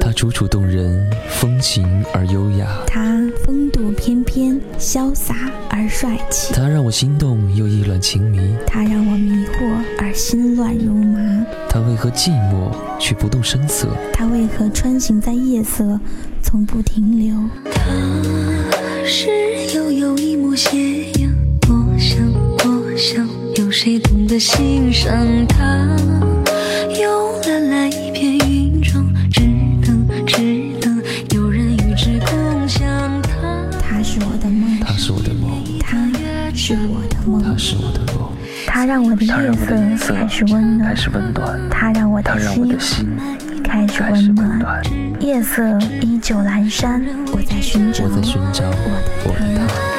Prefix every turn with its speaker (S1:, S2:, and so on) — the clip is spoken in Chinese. S1: 她楚楚动人，风情而优雅，
S2: 他风度翩翩，潇洒而帅气。
S1: 她让我心动又意乱情迷。
S2: 他让我迷惑而心乱如麻。
S1: 她为何寂寞却不动声色？
S2: 他为何穿行在夜色，从不停留？
S3: 可是又有一抹斜阳，我想，我想，有谁懂得欣赏它？又懒来一片云妆，只等，只等有人与之共享它。
S2: 他是我的梦，
S1: 她是我的梦，
S2: 他是我的梦
S1: 她。是我的梦，
S2: 他让我的
S1: 她让我的
S2: 夜
S1: 夜
S2: 色
S1: 色
S2: 开始温暖
S1: 开，始温暖，
S2: 他让我
S1: 她
S2: 的
S1: 让我的
S2: 心
S1: 心
S2: 开始
S1: 开始
S2: 温
S1: 温
S2: 暖。
S1: 暖。
S2: 夜色依旧阑珊，我在寻找
S1: 我在寻找我的她。